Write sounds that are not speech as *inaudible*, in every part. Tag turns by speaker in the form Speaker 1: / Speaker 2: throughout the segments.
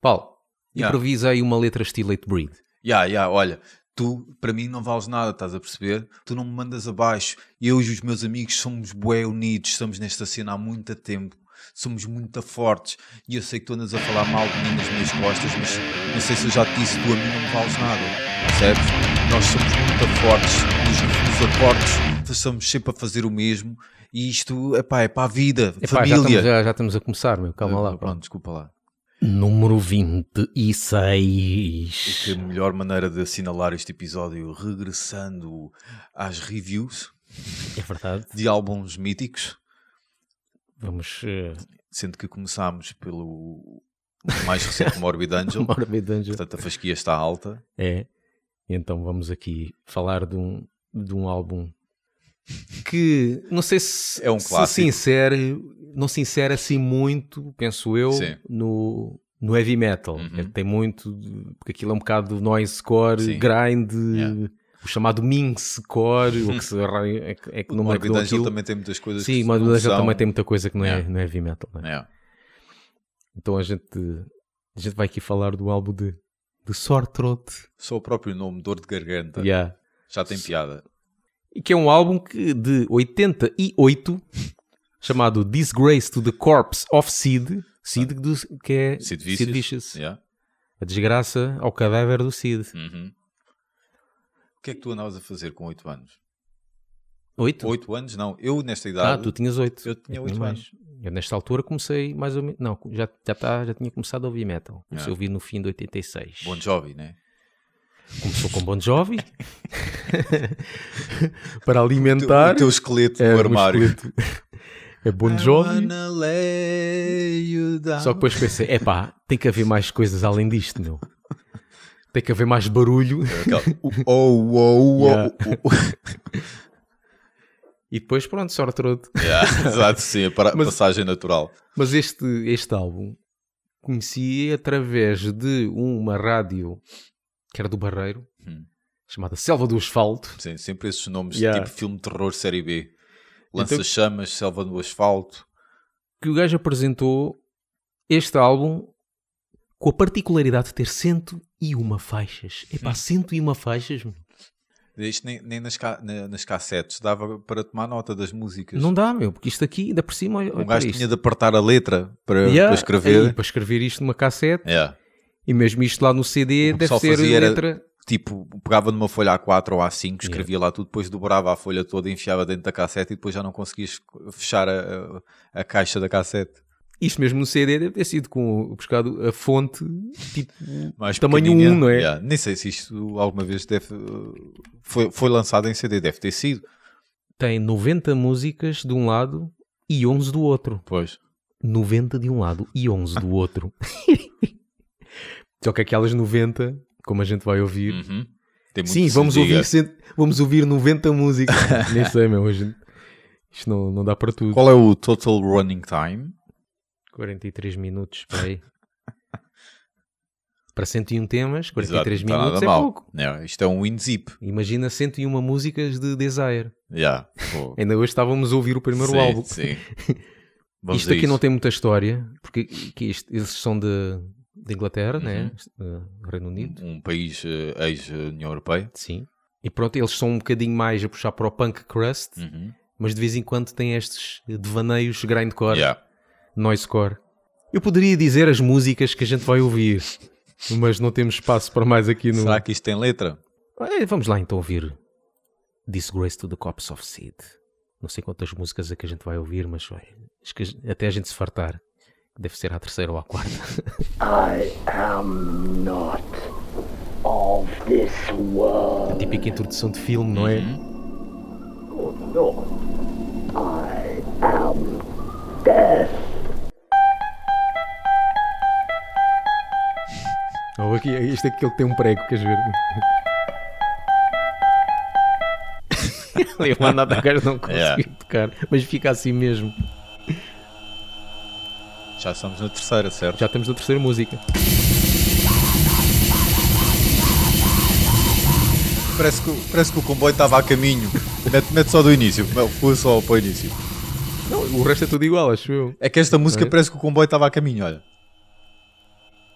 Speaker 1: Paulo,
Speaker 2: Yeah.
Speaker 1: improvisei uma letra estilo 8 Breed.
Speaker 2: Ya, ya, olha, tu para mim não vales nada, estás a perceber? Tu não me mandas abaixo. Eu e os meus amigos somos bué unidos, estamos nesta cena há muito tempo. Somos muito fortes e eu sei que tu andas a falar mal de mim nas minhas costas, mas não sei se eu já te disse, tu a mim não me vales nada, percebes? Nós somos muito fortes, nos, nos acordes, estamos sempre a fazer o mesmo e isto epá, é para a vida,
Speaker 1: Epá, já, estamos,
Speaker 2: família.
Speaker 1: já, já estamos a começar, meu. Calma lá.
Speaker 2: Ah, Pronto, desculpa lá.
Speaker 1: Número 26.
Speaker 2: Que melhor maneira de assinalar este episódio regressando às reviews
Speaker 1: É verdade.
Speaker 2: de álbuns míticos,
Speaker 1: Vamos. eh,
Speaker 2: sendo que começámos pelo mais
Speaker 1: *laughs*
Speaker 2: recente Morbid Angel,
Speaker 1: Morbid Angel.
Speaker 2: portanto a fasquia está alta.
Speaker 1: É. Então vamos aqui falar de um, de um álbum
Speaker 2: *laughs*
Speaker 1: que não sei se
Speaker 2: É um
Speaker 1: se
Speaker 2: clássico.
Speaker 1: se insere, não se insere assim muito, penso eu,
Speaker 2: Sim.
Speaker 1: no, no heavy metal.
Speaker 2: Uhum.
Speaker 1: É, tem muito, de- porque aquilo é um bocado de noisecore,
Speaker 2: Sim.
Speaker 1: grind,
Speaker 2: Yeah.
Speaker 1: o chamado mincecore, ou que se, é, que-
Speaker 2: *laughs*
Speaker 1: é que
Speaker 2: O
Speaker 1: não é que
Speaker 2: Morbid
Speaker 1: dão
Speaker 2: Angel
Speaker 1: aquilo.
Speaker 2: também tem muitas coisas
Speaker 1: Sim,
Speaker 2: que
Speaker 1: mas
Speaker 2: não
Speaker 1: o
Speaker 2: são-
Speaker 1: também tem muita coisa que não é,
Speaker 2: Yeah.
Speaker 1: não é heavy metal. né?
Speaker 2: É.
Speaker 1: Então a gente, a gente vai aqui falar do álbum de, de Sortrot.
Speaker 2: Só o próprio nome, Dor de Garganta,
Speaker 1: Yeah.
Speaker 2: já tem piada.
Speaker 1: e que é um álbum que, de 88 chamado Disgrace to the Corpse of Sid, Sid do- que é
Speaker 2: Sid Vicious. Yeah.
Speaker 1: a desgraça ao cadáver do Sid.
Speaker 2: Uhum. O que é que tu andavas a fazer com 8 anos?
Speaker 1: Oito?
Speaker 2: 8 anos? Não, eu nesta
Speaker 1: Ah,
Speaker 2: idade.
Speaker 1: tu tinhas oito.
Speaker 2: Eu tinha oito anos.
Speaker 1: Eu nesta altura comecei mais ou menos, não, já, já, tá- já tinha começado a ouvir metal. Comecei
Speaker 2: Yeah.
Speaker 1: a ouvir no fim de 86.
Speaker 2: Bom jovem, né?
Speaker 1: Começou com Bon
Speaker 2: *laughs*
Speaker 1: Jovi. Para
Speaker 2: O
Speaker 1: alimentar
Speaker 2: teu- o teu esqueleto
Speaker 1: é,
Speaker 2: no
Speaker 1: o
Speaker 2: armário.
Speaker 1: esqueleto. É Bon Jovi. Só
Speaker 2: Só
Speaker 1: que depois pensei, epá, tem que haver mais coisas além disto, meu. Tem que haver mais barulho.
Speaker 2: Oh, oh, oh.
Speaker 1: Yeah.
Speaker 2: oh.
Speaker 1: E depois, pronto, sorte outro. *laughs*
Speaker 2: Yeah, *laughs* exato, sim, a para-
Speaker 1: Mas-
Speaker 2: passagem natural.
Speaker 1: Mas este, este álbum conheci através de uma rádio que era do Barreiro,
Speaker 2: Hum.
Speaker 1: chamada Selva do Asfalto.
Speaker 2: Sim, sempre esses nomes
Speaker 1: Yeah.
Speaker 2: tipo filme de terror série B.
Speaker 1: Então-
Speaker 2: Lança-chamas, selva no asfalto.
Speaker 1: que o gajo apresentou este álbum com a particularidade de ter 101 faixas. Epá, 101 faixas? meu.
Speaker 2: Isto nem, nem nas, ca- na- nas cassetes dava para tomar nota das músicas.
Speaker 1: Não dá, meu, porque isto aqui, ainda por cima, olha
Speaker 2: um
Speaker 1: para
Speaker 2: gajo
Speaker 1: isto.
Speaker 2: tinha de apertar a letra para,
Speaker 1: Yeah,
Speaker 2: para escrever.
Speaker 1: aí, para escrever isto numa cassete.
Speaker 2: Yeah.
Speaker 1: E mesmo isto lá no CD
Speaker 2: O
Speaker 1: deve
Speaker 2: pessoal
Speaker 1: ser
Speaker 2: fazia era-
Speaker 1: letra.
Speaker 2: Tipo, pegava numa folha A4 ou A5, escrevia lá tudo, depois dobrava a folha toda, enfiava dentro da cassete e depois já não conseguias fechar a, a- a caixa da cassete.
Speaker 1: Isto mesmo no CD deve ter sido com buscado a fonte tipo
Speaker 2: Mais
Speaker 1: tamanho
Speaker 2: pequenininha.
Speaker 1: 1, não é?
Speaker 2: Yeah. Nem sei se isto alguma vez deve, uh, foi, foi lançado em CD, deve ter sido.
Speaker 1: Tem 90 músicas de um lado e 11 do outro.
Speaker 2: Pois.
Speaker 1: 90 de um lado e 11 do
Speaker 2: *laughs*
Speaker 1: outro. Só que aquelas 90, como a gente vai ouvir.
Speaker 2: Uhum. Tem muito
Speaker 1: Sim,
Speaker 2: que se
Speaker 1: vamos
Speaker 2: diga.
Speaker 1: ouvir, cento- vamos ouvir 90
Speaker 2: *laughs*
Speaker 1: músicas. Nem sei, meu. a gente- Isto não, não dá para tudo.
Speaker 2: Qual é o total running time?
Speaker 1: 43 minutos para aí. para 101 temas, 43
Speaker 2: Exato, não
Speaker 1: minutos
Speaker 2: está nada
Speaker 1: é
Speaker 2: mal.
Speaker 1: pouco.
Speaker 2: Não, isto é um WinZip.
Speaker 1: Imagina 101 músicas de Desire.
Speaker 2: Yeah.
Speaker 1: *laughs*
Speaker 2: Pô.
Speaker 1: Ainda hoje estávamos a ouvir É o primeiro
Speaker 2: Sim,
Speaker 1: álbum.
Speaker 2: Sim.
Speaker 1: *laughs*
Speaker 2: Vamos
Speaker 1: Isto
Speaker 2: a
Speaker 1: aqui não
Speaker 2: isso.
Speaker 1: tem muita história, porque que isto- eles são de, de Inglaterra,
Speaker 2: Uhum.
Speaker 1: né? Eh, Reino Unido.
Speaker 2: Um país eh, ex-União Europeia.
Speaker 1: Sim. E pronto, eles são um bocadinho mais a puxar para o punk crust,
Speaker 2: Uhum.
Speaker 1: mas de vez em quando têm estes devaneios grindcore,
Speaker 2: Yeah.
Speaker 1: noisecore. Eu poderia dizer as músicas que a gente vai ouvir, mas não temos espaço para mais aqui no.
Speaker 2: Será que isto tem letra?
Speaker 1: Eh, Vamos lá então ouvir Disgrace to the Cops of Seed. Não sei quantas músicas é que a gente vai ouvir, mas olha, acho que a gen- até a gente se fartar. Deve ser à terceira ou à quarta.
Speaker 3: I am not of this world.
Speaker 1: Típica introdução de filme, não é?
Speaker 3: No, I am
Speaker 1: Ou aqui, isto é aquele que tem um prego, queres *laughs* ver? Lembro a nada, o gajo não conseguiu
Speaker 2: Yeah.
Speaker 1: tocar, mas fica assim mesmo.
Speaker 2: Já estamos na terceira, certo?
Speaker 1: Já estamos na terceira música.
Speaker 2: Parece que, o- parece que o comboio estava
Speaker 1: *laughs*
Speaker 2: a caminho. mete, mete só do início. Foi só para o início.
Speaker 1: Não, o resto é tudo igual, acho eu.
Speaker 2: É que esta música
Speaker 1: É.
Speaker 2: parece que o comboio estava a caminho, olha.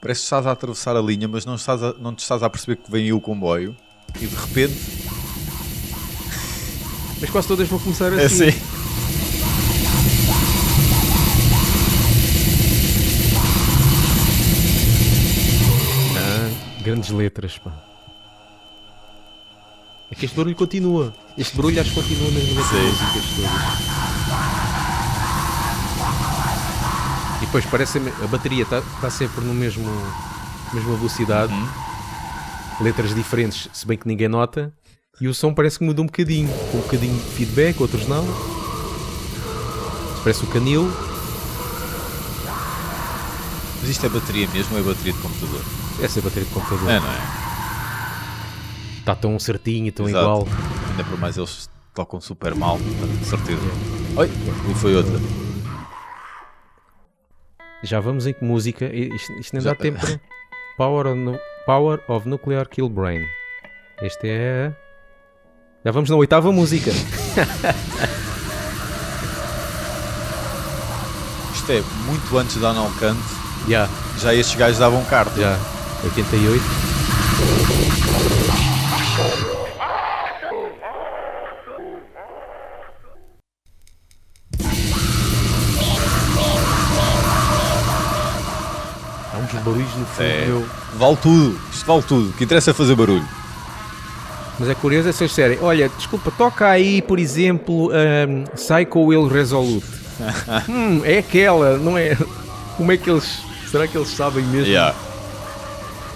Speaker 2: Parece que estás a atravessar a linha, mas não, estás a- não te estás a perceber que vem aí o comboio. E de repente
Speaker 1: *laughs* Mas quase todas vão começar
Speaker 2: É
Speaker 1: assim.
Speaker 2: assim.
Speaker 1: Ah, grandes letras, pá. É que este barulho continua. Este barulho acho que continua nas novas
Speaker 2: Sim.
Speaker 1: músicas todas. E depois parece a bateria está sempre no mesmo mesma velocidade. Letras diferentes, se bem que ninguém nota. E o som parece que muda um bocadinho. Com um bocadinho de feedback, outros não. Parece o canil.
Speaker 2: Mas isto é bateria mesmo ou é bateria de computador?
Speaker 1: Essa é a bateria de computador.
Speaker 2: É, não é?
Speaker 1: Está Tá tão certinho, tão
Speaker 2: Exato.
Speaker 1: igual.
Speaker 2: Ainda por mais eles tocam super mal, portanto, de certeza.
Speaker 1: É.
Speaker 2: Oi, e foi outra.
Speaker 1: Já vamos em que música? I- Isto, isto nem
Speaker 2: Já-
Speaker 1: dá tempo *laughs* para. Power of, Nu- Power of Nuclear Kill Brain. Este é. a- Já vamos na oitava *laughs* música.
Speaker 2: Isto é muito antes da Anal Kant,
Speaker 1: Já,
Speaker 2: já estes gajos davam carta.
Speaker 1: já. 88. Há uns barulhos É um no fundo,
Speaker 2: É.
Speaker 1: meu.
Speaker 2: Vale tudo, isto vale tudo. O que interessa é fazer barulho.
Speaker 1: Mas é curioso é se eles disserem, olha, desculpa, toca aí, por exemplo, um, Psycho Will
Speaker 2: *laughs*
Speaker 1: Resolute. hum, é aquela, não é? Como é que eles. Será que eles sabem mesmo?
Speaker 2: Yeah.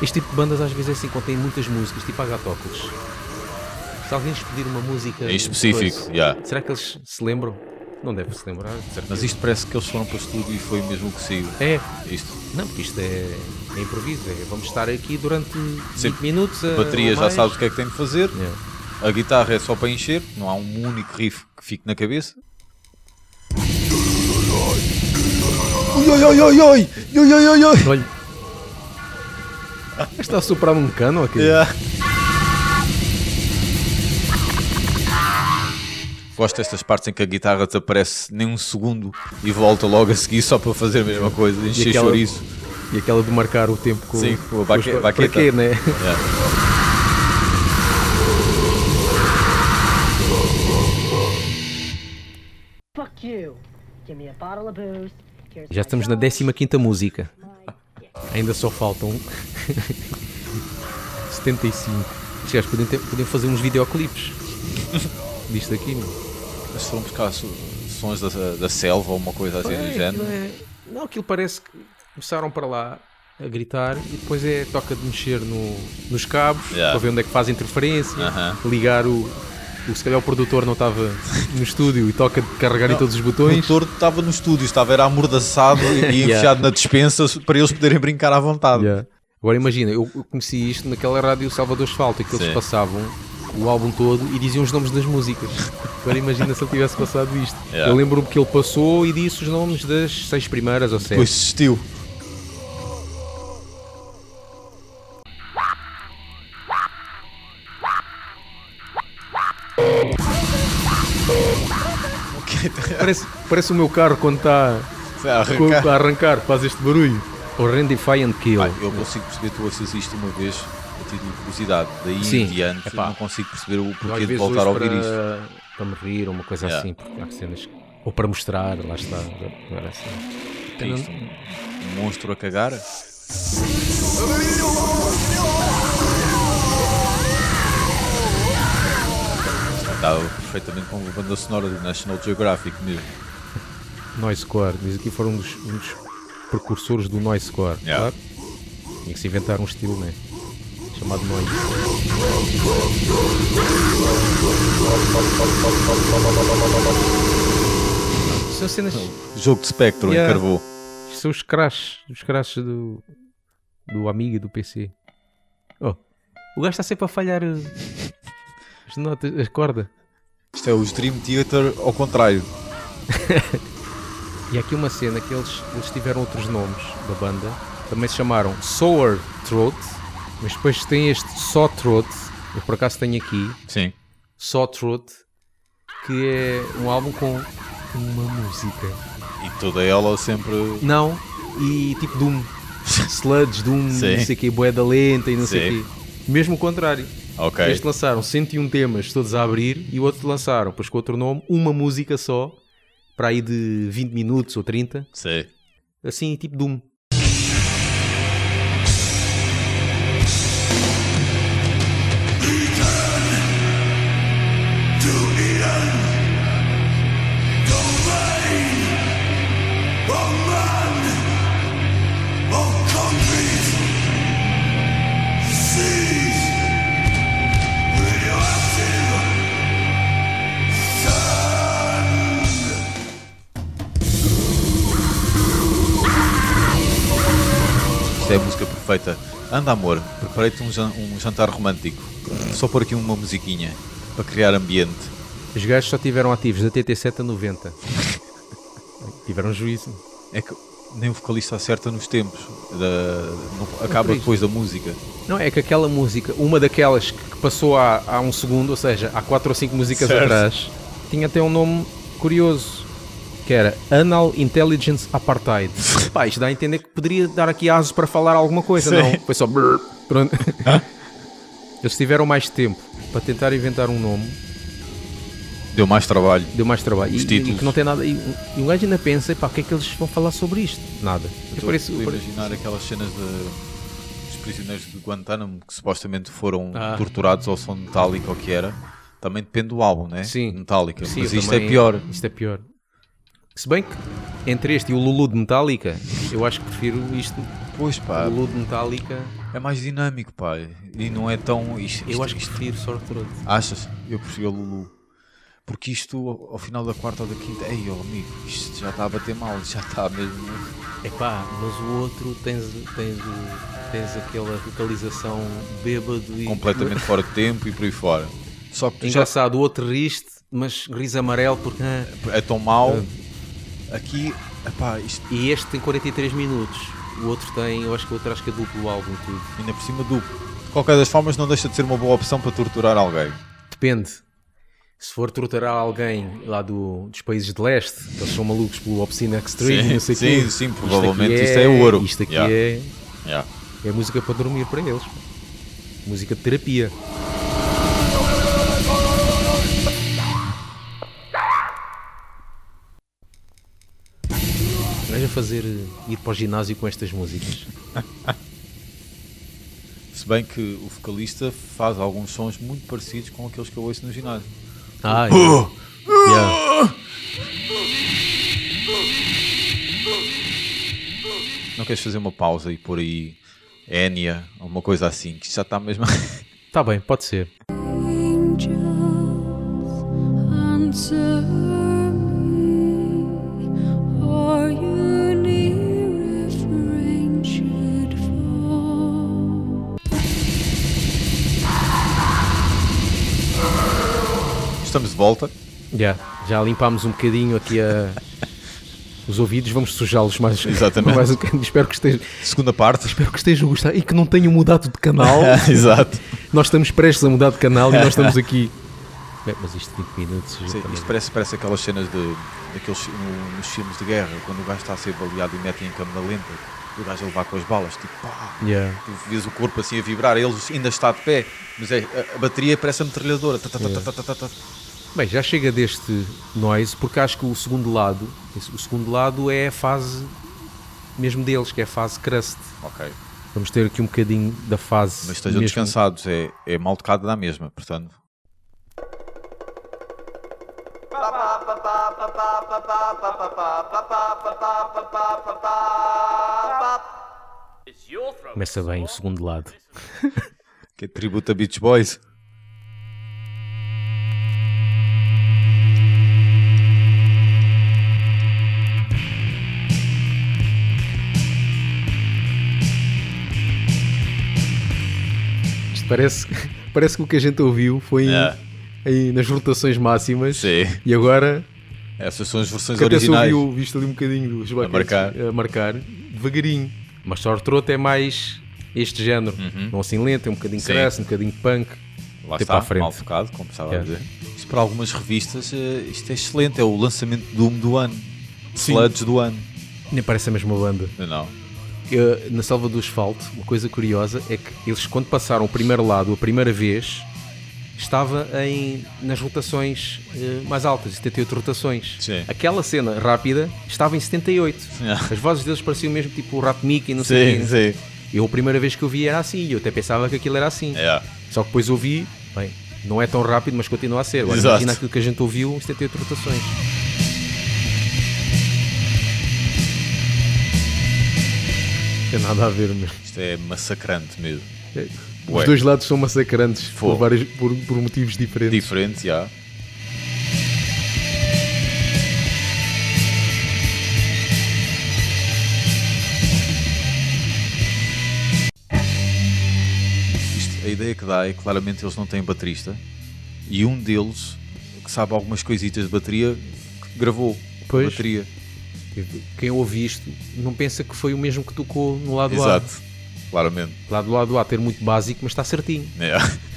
Speaker 1: Este tipo de bandas às vezes é assim, contém muitas músicas, tipo Agatóculos. Se alguém lhes pedir uma música.
Speaker 2: Em específico,
Speaker 1: coisa,
Speaker 2: yeah.
Speaker 1: Será que eles se lembram? Não devem se lembrar, de certeza.
Speaker 2: Mas isto parece que eles foram para o estúdio e foi mesmo o que saiu.
Speaker 1: É,
Speaker 2: Isto,
Speaker 1: não, porque isto é, é improviso, é, vamos estar aqui durante
Speaker 2: Sim.
Speaker 1: 5 minutos.
Speaker 2: a bateria já sabe o que é que tem de fazer,
Speaker 1: Eh, Yeah.
Speaker 2: a guitarra é só para encher, não há um único riff que fique na cabeça. Oi, oi, oi, oi, oi, oi, oi, oi, oi.
Speaker 1: Olha. Está a soprar um cano aqui.
Speaker 2: Yeah. Gosto destas partes em que a guitarra desaparece nem um segundo e volta logo a seguir só para fazer a mesma coisa, encher
Speaker 1: aquela-
Speaker 2: chouriço.
Speaker 1: E aquela de marcar o tempo com
Speaker 2: Sim, com a
Speaker 1: os-
Speaker 2: baque-
Speaker 1: Para
Speaker 2: baqueta.
Speaker 1: quê, né?
Speaker 2: Yeah.
Speaker 4: Fuck you. Give me a bottle of booze. Here's
Speaker 1: Já
Speaker 4: my
Speaker 1: estamos na 15 música. Ainda só um. *laughs* faltam 75. Os gajos podiam, ter- podiam fazer uns videoclipes disto aqui. meu.
Speaker 2: Mas se foram buscar so- sons da, da selva ou uma coisa assim do
Speaker 1: É,
Speaker 2: género.
Speaker 1: aquilo é- Não, aquilo parece que começaram para lá a gritar e depois é toca de mexer no- nos cabos
Speaker 2: Yeah.
Speaker 1: para ver onde é que faz interferência,
Speaker 2: Aham.
Speaker 1: ligar o, o. Se calhar o produtor não estava no estúdio e toca de carregar em todos os botões.
Speaker 2: O produtor estava no estúdio, estava era
Speaker 1: *laughs*
Speaker 2: amordaçado e e
Speaker 1: Yeah.
Speaker 2: enfiado na dispensa para eles poderem brincar à vontade.
Speaker 1: Yeah. Agora imagina, eu eu conheci isto naquela rádio Salvador Asfalto, em que eles
Speaker 2: Sim.
Speaker 1: passavam o álbum todo e diziam os nomes das músicas. Agora imagina se ele tivesse passado isto.
Speaker 2: Yeah.
Speaker 1: Eu lembro-me que ele passou e disse os nomes das seis primeiras ou
Speaker 2: Depois
Speaker 1: sete.
Speaker 2: desistiu.
Speaker 1: Parece, parece o meu carro quando está
Speaker 2: Vai
Speaker 1: quando
Speaker 2: arrancar.
Speaker 1: está a arrancar, faz este barulho. O Rendify and Kill.
Speaker 2: Pá, eu consigo perceber, tu ouças isto uma vez a título de curiosidade. Daí
Speaker 1: Sim.
Speaker 2: em diante,
Speaker 1: Epá.
Speaker 2: não consigo perceber o
Speaker 1: Eu às
Speaker 2: porquê de
Speaker 1: vezes
Speaker 2: voltar a
Speaker 1: ouço
Speaker 2: ouvir
Speaker 1: para,
Speaker 2: isto.
Speaker 1: Para me rir ou uma coisa
Speaker 2: Yeah.
Speaker 1: assim, porque há cenas. que- Ou para mostrar, lá está. Agora assim.
Speaker 2: É isto, um, um monstro a cagar. Estava perfeitamente com a banda sonora do National Geographic mesmo.
Speaker 1: Noisecore, diz aqui foram um dos, um dos precursores do Noisecore,
Speaker 2: Yeah.
Speaker 1: claro. Tinha que se inventar um estilo, né? Chamado Noise. São cenas.
Speaker 2: Jogo de Spectrum
Speaker 1: Yeah.
Speaker 2: em Carvô.
Speaker 1: São os crashes. Os crashes do. do Amiga e do PC. Oh, o gajo está sempre a falhar as, as notas, a corda.
Speaker 2: Isto é os Dream Theater ao contrário.
Speaker 1: E há aqui uma cena que eles, eles tiveram outros nomes da banda, também se chamaram Sour Throat, mas depois tem este Só Throat, eu por acaso tenho aqui,
Speaker 2: Sim.
Speaker 1: Só Throat, que é um álbum com uma música.
Speaker 2: E toda ela sempre. *laughs*
Speaker 1: Não, e tipo Doom. sludge, doom,
Speaker 2: Sim.
Speaker 1: não sei o quê, boeda lenta e não sei
Speaker 2: Sim.
Speaker 1: o quê. Mesmo o contrário.
Speaker 2: Ok.
Speaker 1: Este lançaram 101 temas todos a abrir e o outro lançaram, pois com outro nome, uma música só, para aí de 20 minutos ou 30,
Speaker 2: Sim.
Speaker 1: assim tipo Doom.
Speaker 2: Isto é a música perfeita. Anda, amor, preparei-te um, jan- um jantar romântico. Só pôr aqui uma musiquinha para criar ambiente.
Speaker 1: Os gajos só tiveram ativos da TT7 a 90. tiveram juízo.
Speaker 2: É que nem o vocalista acerta nos tempos. da- no- acaba
Speaker 1: É por isso.
Speaker 2: depois da música.
Speaker 1: Não, é que aquela música, uma daquelas que passou há, há um segundo, ou seja, há quatro ou cinco músicas
Speaker 2: Certo.
Speaker 1: atrás, tinha até um nome curioso, que era Anal Intelligence *laughs* Apartheid. Pá, isto dá a entender que poderia dar aqui aso para falar alguma coisa,
Speaker 2: Sim.
Speaker 1: não? Foi só... brrr, Pronto. Eles tiveram mais tempo para tentar inventar um nome,
Speaker 2: Deu mais trabalho.
Speaker 1: deu mais trabalho.
Speaker 2: Os
Speaker 1: E,
Speaker 2: títulos.
Speaker 1: e que não tem nada... E, e um gajo ainda pensa, pá, o que é que eles vão falar sobre isto? Nada. É por isso-
Speaker 2: Estou a
Speaker 1: por-
Speaker 2: imaginar aquelas cenas de dos prisioneiros de Guantánamo que supostamente foram
Speaker 1: Ah.
Speaker 2: torturados ao som de Metallica ou que era. Também depende do álbum, né?
Speaker 1: Sim.
Speaker 2: Metallica.
Speaker 1: Sim,
Speaker 2: Mas
Speaker 1: eu
Speaker 2: isto é
Speaker 1: também-
Speaker 2: pior.
Speaker 1: Isto é pior. Se bem que entre este e o Lulu de Metallica, eu acho que prefiro isto.
Speaker 2: Pois pá,
Speaker 1: O Lulu de Metallica,
Speaker 2: é mais dinâmico, pá. E não é tão. Isto,
Speaker 1: eu
Speaker 2: isto-
Speaker 1: acho que prefiro Sword Throat.
Speaker 2: Achas? Eu prefiro o Lulu. Porque isto, ao- ao final da quarta ou da quinta, ei, ó amigo, isto já está a bater mal, já está mesmo.
Speaker 1: Epá, mas o outro tens, tens, o, tens aquela vocalização bêbado e.
Speaker 2: completamente fora de tempo e por aí fora. Só que tu já
Speaker 1: Engraçado, o outro riste, mas riso amarelo porque. ah,
Speaker 2: é tão mal.
Speaker 1: É.
Speaker 2: Aqui, epá, isto
Speaker 1: E este tem 43 minutos. O outro tem, eu acho que o outro acho que é duplo álbum tudo.
Speaker 2: ainda por cima duplo. De qualquer das formas, não deixa de ser uma boa opção para torturar alguém.
Speaker 1: Depende. Se for torturar alguém lá do- dos países de leste, que eles são malucos pelo Obscene Extreme,
Speaker 2: Sim,
Speaker 1: não sei o
Speaker 2: sim,
Speaker 1: quê.
Speaker 2: sim,
Speaker 1: aqui
Speaker 2: provavelmente isto é ouro.
Speaker 1: Isto aqui
Speaker 2: Yeah.
Speaker 1: é,
Speaker 2: Yeah.
Speaker 1: é música para dormir para eles. pá. Música de terapia. Veja fazer eh, ir para o ginásio com estas músicas.
Speaker 2: Se bem que o vocalista faz alguns sons muito parecidos com aqueles que eu ouço no ginásio.
Speaker 1: Ah, yeah.
Speaker 2: Uh!
Speaker 1: Yeah.
Speaker 2: Não queres fazer uma pausa e pôr aí Enya, alguma coisa assim, que isto já está mesmo. *laughs*
Speaker 1: Tá bem, pode ser.
Speaker 5: Angels, answer me. Are you near if rain should fall?
Speaker 2: Estamos de volta.
Speaker 1: Já, já limpámos um bocadinho aqui a- os ouvidos, vamos sujá-los *laughs* mais,
Speaker 2: Exatamente.
Speaker 1: mais um bocadinho. Espero que, estejam,
Speaker 2: Segunda parte.
Speaker 1: espero que estejam a gostar e que não tenham mudado de *laughs* canal.
Speaker 2: *laughs* Exato.
Speaker 1: nós estamos prestes a mudar de canal e nós *laughs* estamos aqui. Bem, mas isto de 5 minutos. já
Speaker 2: Sim,
Speaker 1: também-
Speaker 2: isto parece, parece aquelas cenas de, daqueles, no- nos filmes de guerra, quando o gajo está a ser baleado e metem em câmera lenta, e o gajo a levar com as balas, tipo pá,
Speaker 1: Yeah.
Speaker 2: tu vês o corpo assim a vibrar, ele ainda está de pé, mas é, a, a bateria parece a metralhadora. tá, tá, tá, tá, tá, tá, tá.
Speaker 1: Bem, já chega deste noise porque acho que o segundo lado, esse- o segundo lado é a fase mesmo deles, que é a fase crust.
Speaker 2: Ok,
Speaker 1: Vamos ter aqui um bocadinho da fase.
Speaker 2: mas estejam
Speaker 1: mesmo-
Speaker 2: descansados, é, é mal tocado da mesma, portanto.
Speaker 1: Começa bem o segundo lado.
Speaker 2: Que é tributo a Beach Boys.
Speaker 1: Isto parece, *laughs* parece que o que a gente ouviu foi em-
Speaker 2: É.
Speaker 1: em- nas rotações máximas.
Speaker 2: Sim.
Speaker 1: E agora,
Speaker 2: Essas são as versões
Speaker 1: que até se
Speaker 2: originais.
Speaker 1: ouviu, visto ali um bocadinho dos baquetes
Speaker 2: marcar.
Speaker 1: a marcar, devagarinho. Mas Short Throat é mais este género. Não assim lento, é um bocadinho
Speaker 2: Uhum. Sim.
Speaker 1: cresce, um bocadinho punk.
Speaker 2: Lá
Speaker 1: Até
Speaker 2: está,
Speaker 1: para a frente.
Speaker 2: mal focado, como estava
Speaker 1: É.
Speaker 2: a dizer. Isto para algumas revistas, eh, isto é excelente, é o lançamento do Doom do ano. Sludge do ano.
Speaker 1: Nem parece a mesma banda.
Speaker 2: Não, Não.
Speaker 1: eh, na Selva do Asfalto, uma coisa curiosa é que eles, quando passaram o primeiro lado a primeira vez, estava em, nas rotações eh, mais altas, 78 rotações.
Speaker 2: Sim.
Speaker 1: Aquela cena rápida estava em 78.
Speaker 2: Ah. *laughs*
Speaker 1: As vozes deles pareciam mesmo tipo o Rap Mickey, não sei
Speaker 2: Sim,
Speaker 1: o quê.
Speaker 2: sim.
Speaker 1: Eu a primeira vez que eu vi era assim, e eu até pensava que aquilo era assim.
Speaker 2: Yeah.
Speaker 1: Só que depois ouvi, bem, não é tão rápido, mas continua a ser. Agora,
Speaker 2: Exato.
Speaker 1: imagina aquilo que a gente ouviu é em 78 rotações. Tem nada a ver, meu.
Speaker 2: Isto é massacrante mesmo. Ué.
Speaker 1: Os dois lados são massacrantes
Speaker 2: Fogo.
Speaker 1: por, vários, por, por motivos diferentes.
Speaker 2: Diferente, já. Isto, A ideia que dá é que claramente eles não têm baterista e um deles que sabe algumas coisitas de bateria que gravou
Speaker 1: Pois.
Speaker 2: bateria.
Speaker 1: Quem ouve isto não pensa que foi o mesmo que tocou no lado
Speaker 2: Exato, claramente.
Speaker 1: A. Lado A do A ter muito básico, mas está certinho.
Speaker 2: É. *laughs*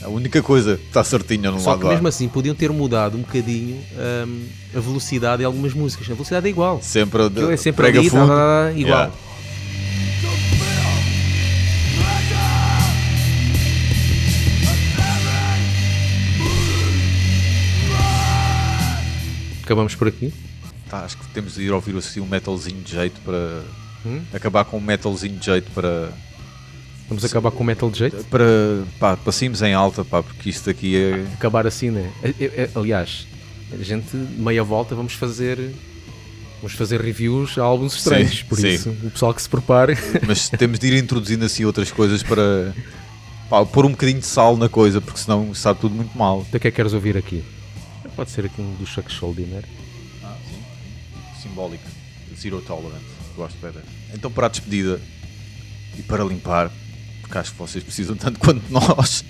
Speaker 2: A única coisa que está certinha no
Speaker 1: Só
Speaker 2: lado
Speaker 1: que
Speaker 2: lá.
Speaker 1: mesmo assim podiam ter mudado um bocadinho hum, a velocidade em algumas músicas. A velocidade é igual.
Speaker 2: Sempre, a de-
Speaker 1: *laughs* Aquilo é sempre
Speaker 2: prega
Speaker 1: ali, tá,
Speaker 2: fundo.
Speaker 1: tá, tá, igual.
Speaker 2: Yeah.
Speaker 1: Acabamos por aqui.
Speaker 2: Tá, acho que temos de ir ouvir assim um metalzinho de jeito para acabar com um metalzinho de jeito para
Speaker 1: Vamos acabar com o metal de jeito.
Speaker 2: para pá, passemos em alta, pá, porque isto aqui é
Speaker 1: *laughs* Acabar assim, né? É- é- é- Aliás, a gente, meia volta, vamos fazer. Vamos fazer reviews a álbuns estranhos. por
Speaker 2: sim.
Speaker 1: isso, o pessoal que se prepare.
Speaker 2: mas temos de ir introduzindo assim outras coisas para pá, pôr um bocadinho de sal na coisa, porque senão sabe tudo muito mal.
Speaker 1: Então, o que é que queres ouvir aqui? Pode ser aqui um do Chuck Schuldiner.
Speaker 2: Simbólico, zero tolerance, gosto bem. Então para a despedida e para limpar, porque acho que vocês precisam tanto quanto nós.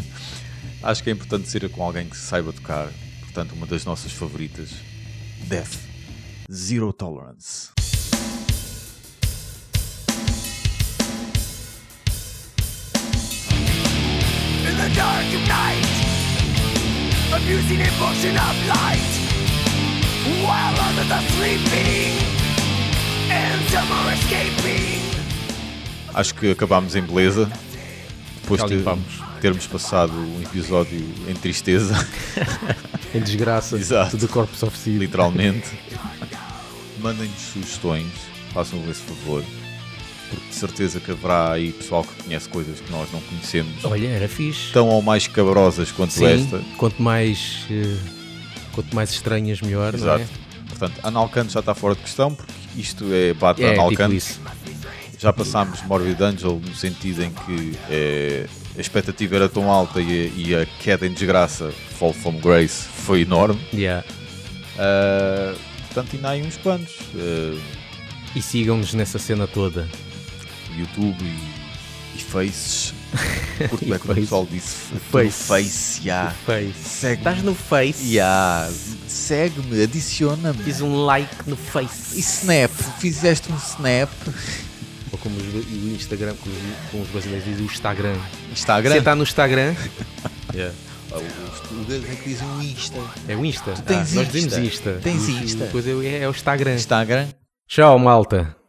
Speaker 2: *laughs* acho que é importante ser com alguém que saiba tocar, portanto uma das nossas favoritas, Death, Zero Tolerance.
Speaker 6: in the dark of night, abusing emotion of light, while others are sleeping, and some are escaping.
Speaker 2: Acho que acabámos em beleza. Depois
Speaker 1: Já
Speaker 2: de
Speaker 1: limpámos.
Speaker 2: termos passado um episódio em tristeza,
Speaker 1: Em desgraça,
Speaker 2: Exato.
Speaker 1: do Corpus of Seed.
Speaker 2: literalmente, *laughs* mandem-nos sugestões, façam esse favor, porque de certeza que haverá aí pessoal que conhece coisas que nós não conhecemos,
Speaker 1: Olha, era fixe.
Speaker 2: tão ou mais cabrosas quanto
Speaker 1: Sim,
Speaker 2: esta.
Speaker 1: quanto mais, eh, quanto mais estranhas, melhor. não é?
Speaker 2: Exato. Portanto, Analcano já está fora de questão, porque isto é bate
Speaker 1: É, é tipo
Speaker 2: Analcano.
Speaker 1: isso.
Speaker 2: já passámos Morbid Angel no sentido em que eh, a expectativa era tão alta e, a- e a queda em desgraça, Fall from Grace, foi enorme.
Speaker 1: Yeah.
Speaker 2: Ah, portanto, ainda há aí uns quantos. Ah,
Speaker 1: E sigam-nos nessa cena toda.
Speaker 2: YouTube e, e
Speaker 1: *laughs*
Speaker 2: Faces. Curto
Speaker 1: E
Speaker 2: bem como é o
Speaker 1: Face.
Speaker 2: pessoal disse.
Speaker 1: Face.
Speaker 2: Face, yeah.
Speaker 1: Face.
Speaker 2: Segue-me.
Speaker 1: Estás no Face.
Speaker 2: Yeah. Segue-me, adiciona-me.
Speaker 1: Fiz um like no
Speaker 2: E
Speaker 1: Face.
Speaker 2: snap, fizeste um snap.
Speaker 1: Ou como os, e o Instagram, como os, como os brasileiros dizem, o Instagram. Você
Speaker 2: Instagram.
Speaker 1: está no Instagram?
Speaker 2: Ah, Os lugares é que dizem o Insta.
Speaker 1: É o Insta.
Speaker 2: tens
Speaker 1: Nós
Speaker 2: Insta.
Speaker 1: dizemos Insta.
Speaker 2: Tens
Speaker 1: E- e
Speaker 2: Insta.
Speaker 1: Coisa é, é o Instagram.
Speaker 2: Instagram.
Speaker 1: Tchau, malta.